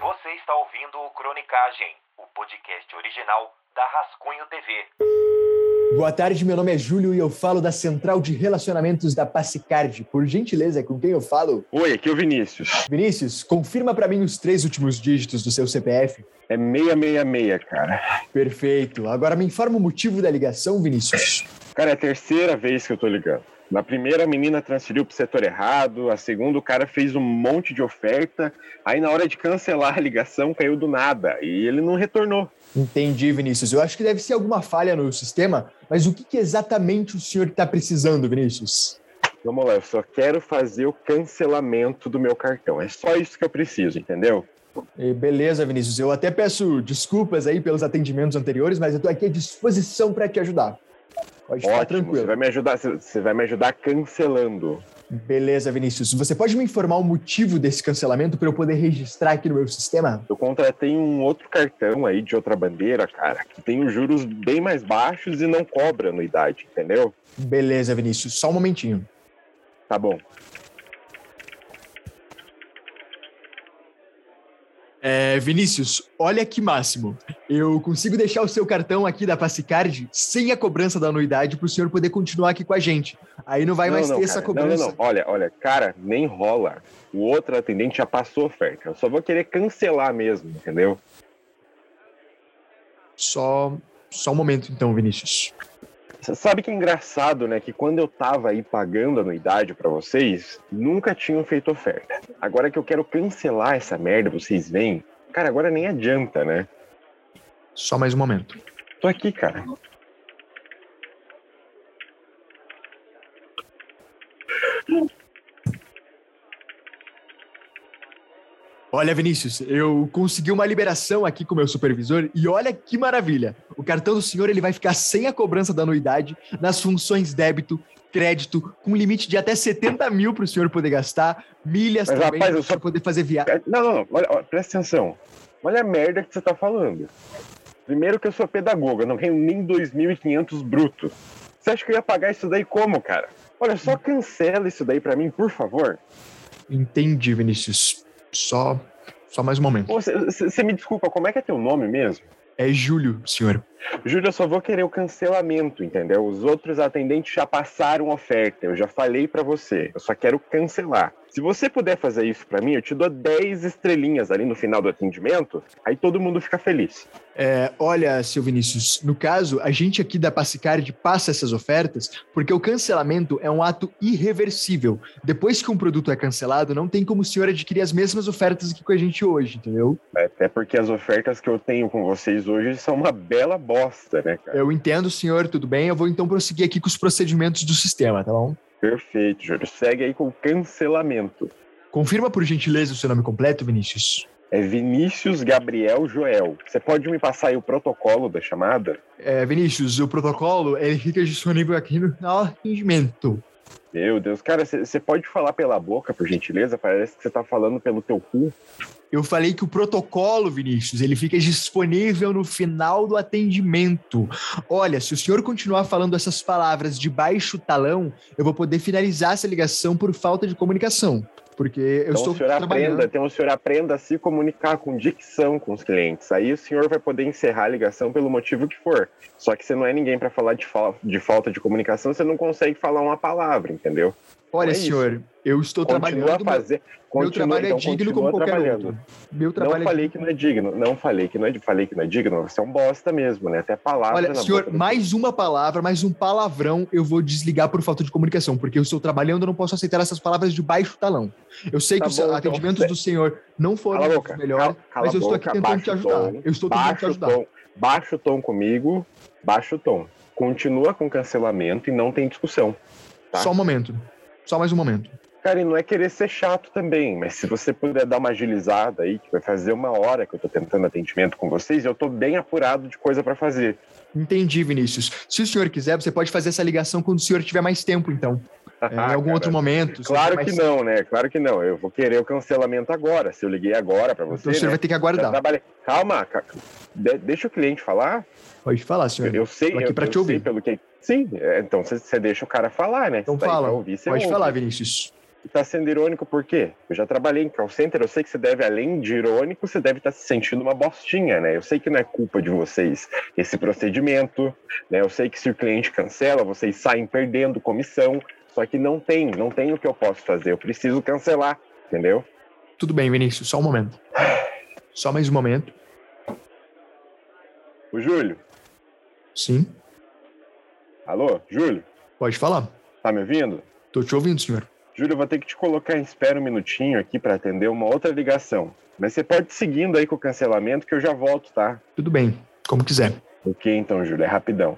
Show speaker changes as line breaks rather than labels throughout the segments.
Você está ouvindo o Cronicagem, o podcast original da Rascunho TV.
Boa tarde, meu nome é Júlio e eu falo da Central de Relacionamentos da Passicard. Por gentileza, com quem eu falo?
Oi, aqui é o Vinícius.
Vinícius, confirma para mim os três últimos dígitos do seu CPF.
É 666, cara.
Perfeito. Agora me informa o motivo da ligação, Vinícius.
Cara, é a terceira vez que eu tô ligando. Na primeira, a menina transferiu pro setor errado, a segunda, o cara fez um monte de oferta, aí na hora de cancelar a ligação caiu do nada e ele não retornou.
Entendi, Vinícius. Eu acho que deve ser alguma falha no sistema, mas o que, que exatamente o senhor está precisando, Vinícius?
Vamos lá, eu só quero fazer o cancelamento do meu cartão. É só isso que eu preciso, entendeu?
E beleza, Vinícius. Eu até peço desculpas aí pelos atendimentos anteriores, mas eu estou aqui à disposição para te ajudar. Pode ficar
Ótimo, você
Tá tranquilo.
vai me ajudar, você vai me ajudar cancelando.
Beleza, Vinícius. Você pode me informar o motivo desse cancelamento para eu poder registrar aqui no meu sistema?
Eu contratei um outro cartão aí de outra bandeira, cara, que tem os juros bem mais baixos e não cobra anuidade, entendeu?
Beleza, Vinícius. Só um momentinho.
Tá bom.
É, Vinícius, olha que máximo. Eu consigo deixar o seu cartão aqui da Passicard sem a cobrança da anuidade para o senhor poder continuar aqui com a gente. Aí não vai mais ter essa
cara, não,
cobrança.
Não, não, Olha, olha, cara, nem rola. O outro atendente já passou a oferta. Eu só vou querer cancelar mesmo, entendeu?
Só, só um momento então, Vinícius.
Você sabe que é engraçado, né? Que quando eu tava aí pagando anuidade pra vocês, nunca tinham feito oferta. Agora que eu quero cancelar essa merda, vocês vêm. Cara, agora nem adianta, né?
Só mais um momento.
Tô aqui, cara.
Olha, Vinícius, eu consegui uma liberação aqui com o meu supervisor e olha que maravilha. O cartão do senhor ele vai ficar sem a cobrança da anuidade nas funções débito, crédito, com limite de até 70 mil para o senhor poder gastar, milhas
Mas,
também
rapaz, eu
para
só-
poder fazer viagem.
É, Não, não, não. Olha, olha, presta atenção. Olha a merda que você tá falando. Primeiro que eu sou pedagoga, não ganho nem 2.500 bruto. Você acha que eu ia pagar isso daí como, cara? Olha, só cancela isso daí pra mim, por favor.
Entendi, Vinícius. Só, só mais um momento.
Pô, Você você me desculpa, como é que é teu nome mesmo?
É Júlio, senhor.
Júlio, eu só vou querer o cancelamento, entendeu? Os outros atendentes já passaram oferta, eu já falei pra você. Eu só quero cancelar. Se você puder fazer isso pra mim, eu te dou 10 estrelinhas ali no final do atendimento, aí todo mundo fica feliz.
É, olha, seu Vinícius, no caso, a gente aqui da Passicard passa essas ofertas porque o cancelamento é um ato irreversível. Depois que um produto é cancelado, não tem como o senhor adquirir as mesmas ofertas aqui com a gente hoje, entendeu?
Até porque as ofertas que eu tenho com vocês hoje são uma bela bosta, né, cara?
Eu entendo, senhor, tudo bem. Eu vou então prosseguir aqui com os procedimentos do sistema, tá bom?
Perfeito, Júlio. Segue aí com o cancelamento.
Confirma por gentileza o seu nome completo, Vinícius.
É Vinícius Gabriel Joel. Você pode me passar aí o protocolo da chamada?
É, Vinícius, o protocolo ele fica disponível aqui no final do atendimento.
Meu Deus, cara, você você pode falar pela boca, por gentileza? Parece que você tá falando pelo teu cu.
Eu falei que o protocolo, Vinícius, ele fica disponível no final do atendimento. Olha, se o senhor continuar falando essas palavras de baixo talão, eu vou poder finalizar essa ligação por falta de comunicação. Porque eu
então
estou
o senhor aprenda,
trabalhando.
então o senhor aprenda a se comunicar com dicção com os clientes. Aí o senhor vai poder encerrar a ligação pelo motivo que for. Só que você não é ninguém pra falar de, fal- de falta de comunicação, você não consegue falar uma palavra, entendeu?
Olha,
é isso.
senhor, eu estou
Continua a
trabalhando. mas
fazer.
Meu
continua,
trabalho é
então,
digno
continua
como qualquer
trabalhando.
outro. Meu
Não
trabalho é
falei que não é digno, não falei que não é, falei que não é digno, você é um bosta mesmo, né? Até palavra
Olha,
na
senhor,
boca do-
mais uma palavra, mais um palavrão, eu vou desligar por falta de comunicação, porque eu estou trabalhando, eu não posso aceitar essas palavras de baixo talão. Eu sei
Tá
que os
bom, então.
atendimentos do senhor não foram
Cala a
os
boca.
melhores,
cala- cala
mas
a
eu estou
boca,
aqui tentando
baixa
te
o
ajudar.
tom,
Eu estou tentando te
Baixa o
ajudar.
tom, baixa o tom comigo, baixa o tom. Continua com cancelamento e não tem discussão. tá?
Só um momento. Só mais um momento.
Cara, e não é querer ser chato também, mas se você puder dar uma agilizada aí, que vai fazer uma hora que eu tô tentando atendimento com vocês, eu tô bem apurado de coisa pra fazer.
Entendi, Vinícius. Se o senhor quiser, você pode fazer essa ligação quando o senhor tiver mais tempo, então. É, em algum
Cara,
outro momento. se
Claro
tiver
que
mais
não, né? Claro que não. Eu vou querer o cancelamento agora. Se eu liguei agora pra
Então
você,
o senhor
né?
vai ter que
Já
aguardar.
trabalhei- Calma, ca- de- deixa o cliente falar.
Pode falar,
Eu,
senhor.
tá eu sei,
É. tô aqui
eu,
pra
eu
te
sei
ouvir.
pelo que. Sim, é, então você você deixa o cara falar, né?
Então
Você tá aí
fala.
pra Ouvir, você
Pode
ouve.
falar, Vinícius.
E tá sendo irônico por quê? Eu já trabalhei em call center, eu sei que você deve, além de irônico, você deve estar se sentindo uma bostinha, né? Eu sei que não é culpa de vocês esse procedimento, né? Eu sei que se o cliente cancela, vocês saem perdendo comissão, só que não tem, não tem o que eu posso fazer, eu preciso cancelar, entendeu?
Tudo bem, Vinícius, só um momento. Só mais um momento.
O Júlio,
Sim,
alô, Júlio,
pode falar.
tá me ouvindo?
Tô te ouvindo, senhor.
Júlio, eu vou ter que te colocar em espera um minutinho aqui para atender uma outra ligação. Mas você pode ir seguindo aí com o cancelamento que eu já volto, tá?
Tudo bem, como quiser.
Ok, então, Júlio, é rapidão.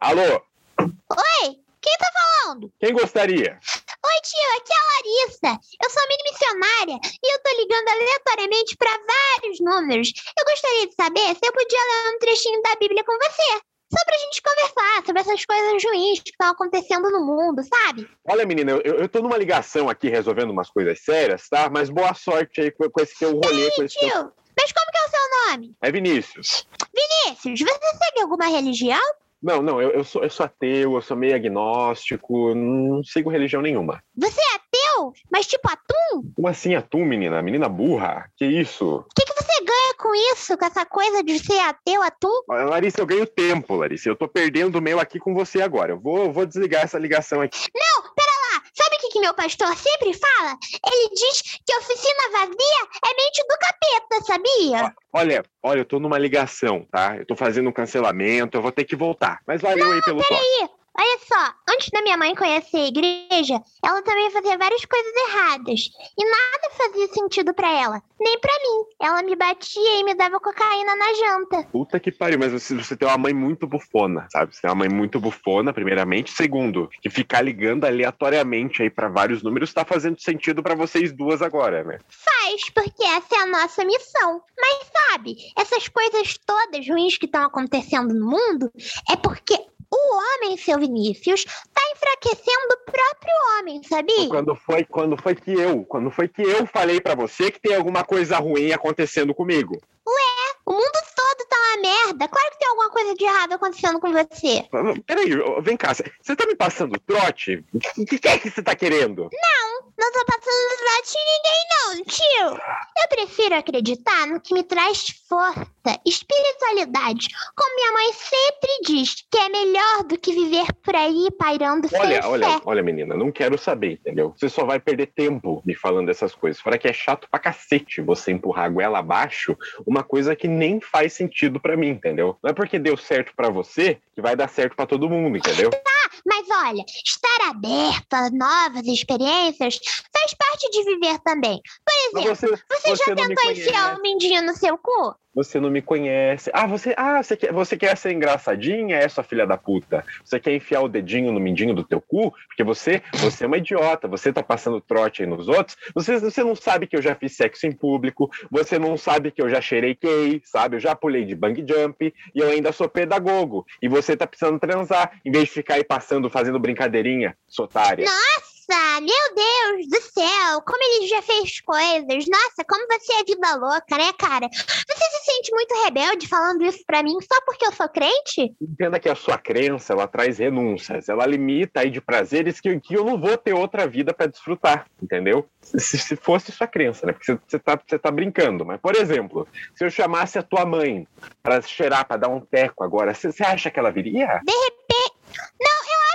Alô,
Quem tá falando?
quem gostaria?
Oi, tio, aqui é a Larissa. Eu sou mini missionária e eu tô ligando aleatoriamente pra vários números. Eu gostaria de saber se eu podia ler um trechinho da Bíblia com você. Só pra gente conversar sobre essas coisas ruins que estão acontecendo no mundo, sabe?
Olha, menina, eu, eu tô numa ligação aqui resolvendo umas coisas sérias, tá? Mas boa sorte aí com, com esse teu rolê, com esse teu...
Tio, mas como que é o seu nome?
É Vinícius.
Vinícius, você segue alguma religião?
Não, não, eu, eu sou, eu sou ateu, eu sou meio agnóstico, não sigo religião nenhuma.
Você é ateu? Mas tipo atum?
Como assim, a tu, menina? Menina burra? Que isso?
O que, que você ganha com isso, com essa coisa de ser ateu, atum?
Olha, Larissa, eu ganho tempo, Larissa. Eu tô perdendo o meu aqui com você agora. Eu vou, eu vou desligar essa ligação aqui.
Não, pera lá. Ah, Sabe o que, que meu pastor sempre fala? Ele diz que oficina vazia é mente do capeta, sabia?
Olha, olha, eu tô numa ligação, tá? Eu tô fazendo um cancelamento, eu vou ter que voltar. Mas valeu aí pelo toque.
Olha só, antes da minha mãe conhecer a igreja, ela também fazia várias coisas erradas. E nada fazia sentido pra ela, nem pra mim. Ela me batia e me dava cocaína na janta.
Puta que pariu, mas você, você tem uma mãe muito bufona, sabe? Você tem uma mãe muito bufona, primeiramente. Segundo, que ficar ligando aleatoriamente aí pra vários números tá fazendo sentido pra vocês duas agora, né?
Faz, porque essa é a nossa missão. Mas sabe, essas coisas todas ruins que estão acontecendo no mundo é porque o homem, seu Vinícius, tá enfraquecendo o próprio homem, sabia?
Então, Quando foi, quando foi que eu, quando foi que eu falei pra você que tem alguma coisa ruim acontecendo comigo?
O mundo todo tá uma merda. Claro que tem alguma coisa de errado acontecendo com você.
Peraí, ô, vem cá, você- você tá me passando trote? O que, que é que você tá querendo?
Não tô passando trote em ninguém, não, tio. Eu prefiro acreditar no que me traz força, espiritualidade. Como minha mãe sempre diz, que é melhor do que viver por aí pairando sem
Olha,
fé.
olha, olha, menina, não quero saber, entendeu? Você só vai perder tempo me falando essas coisas. Fora que é chato pra cacete você empurrar a goela abaixo uma coisa que nem faz sentido pra mim, entendeu? Não é porque deu certo pra você que vai dar certo pra todo mundo, entendeu?
Mas olha, estar aberto a novas experiências faz parte de viver também. Por
Mas
exemplo,
você,
você,
você não
já
me
tentou enfiar
conhece.
o mindinho no seu cu?
você não me conhece. Ah, você, ah, você quer, você quer ser engraçadinha, é sua filha da puta. Você quer enfiar o dedinho no mindinho do teu cu? Porque você, você é uma idiota, você tá passando trote aí nos outros. Você, você não sabe que eu já fiz sexo em público, você não sabe que eu já cheirei gay, sabe? Eu já pulei de bang jump e eu ainda sou pedagogo. E você tá precisando transar, em vez de ficar aí passando, fazendo brincadeirinha, sotária.
Nossa, meu Deus do céu, como ele já fez coisas. Nossa, como você é vida louca, né, cara? Você se sente muito rebelde falando isso pra mim só porque eu sou crente?
Entenda que a sua crença, ela traz renúncias, ela limita aí de prazeres que, que eu não vou ter outra vida pra desfrutar, entendeu? Se, se fosse sua crença, né? Porque você- você tá, você tá brincando, mas, por exemplo, se eu chamasse a tua mãe pra cheirar, pra dar um teco agora, você você acha que ela viria?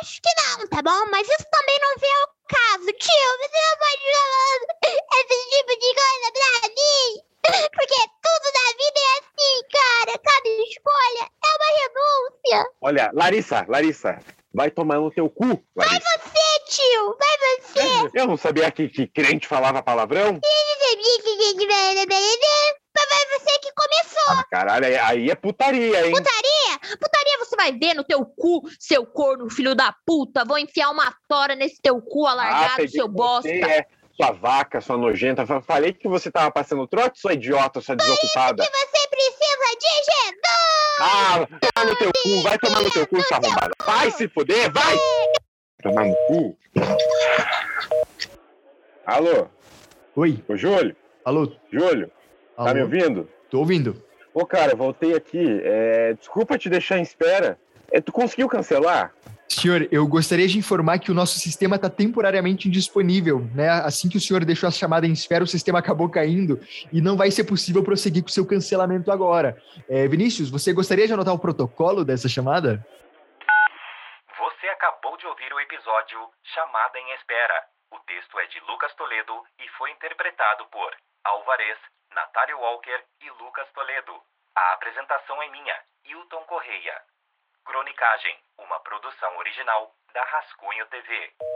Acho que não, tá bom? Mas isso também não vem ao caso, tio. Você não pode falar esse tipo de coisa pra mim. Porque tudo na vida é assim, cara. Cada escolha é uma renúncia.
Olha, Larissa, Larissa, vai tomar no teu cu, Larissa.
É, tio, vai você.
Eu não sabia que, que crente falava palavrão?
Vai você que começou.
Ah, caralho, aí- aí é putaria, hein?
Putaria você vai ver no teu cu, seu corno, filho da puta. Vou enfiar uma tora nesse teu cu
Ah,
alargado,
peguei
seu
você,
bosta.
é, sua vaca, sua nojenta. Fa- Falei que você tava passando trote, sua idiota, sua desocupada.
Você precisa de Jesus.
Ah, toma no teu cu, vai tomar no teu cu, sua arrombada. Vai se fuder, vai! Tomar no cu. Alô,
Oi,
ô Júlio?
alô?
Júlio, tá
Alô?
me ouvindo?
Tô ouvindo.
Ô, cara, voltei aqui. É, Desculpa te deixar em espera. É, tu conseguiu cancelar?
Senhor, eu gostaria de informar que o nosso sistema está temporariamente indisponível, né? Assim que o senhor deixou a chamada em esfera, o sistema acabou caindo e não vai ser possível prosseguir com o seu cancelamento agora. É, Vinícius, você gostaria de anotar o protocolo dessa chamada?
Você acabou de ouvir o episódio Chamada em Espera. O texto é de Lucas Toledo e foi interpretado por Alvarez, Natália Walker e Lucas Toledo. A apresentação é minha, Hilton Correia. Cronicagem, uma produção original da Rascunho TV.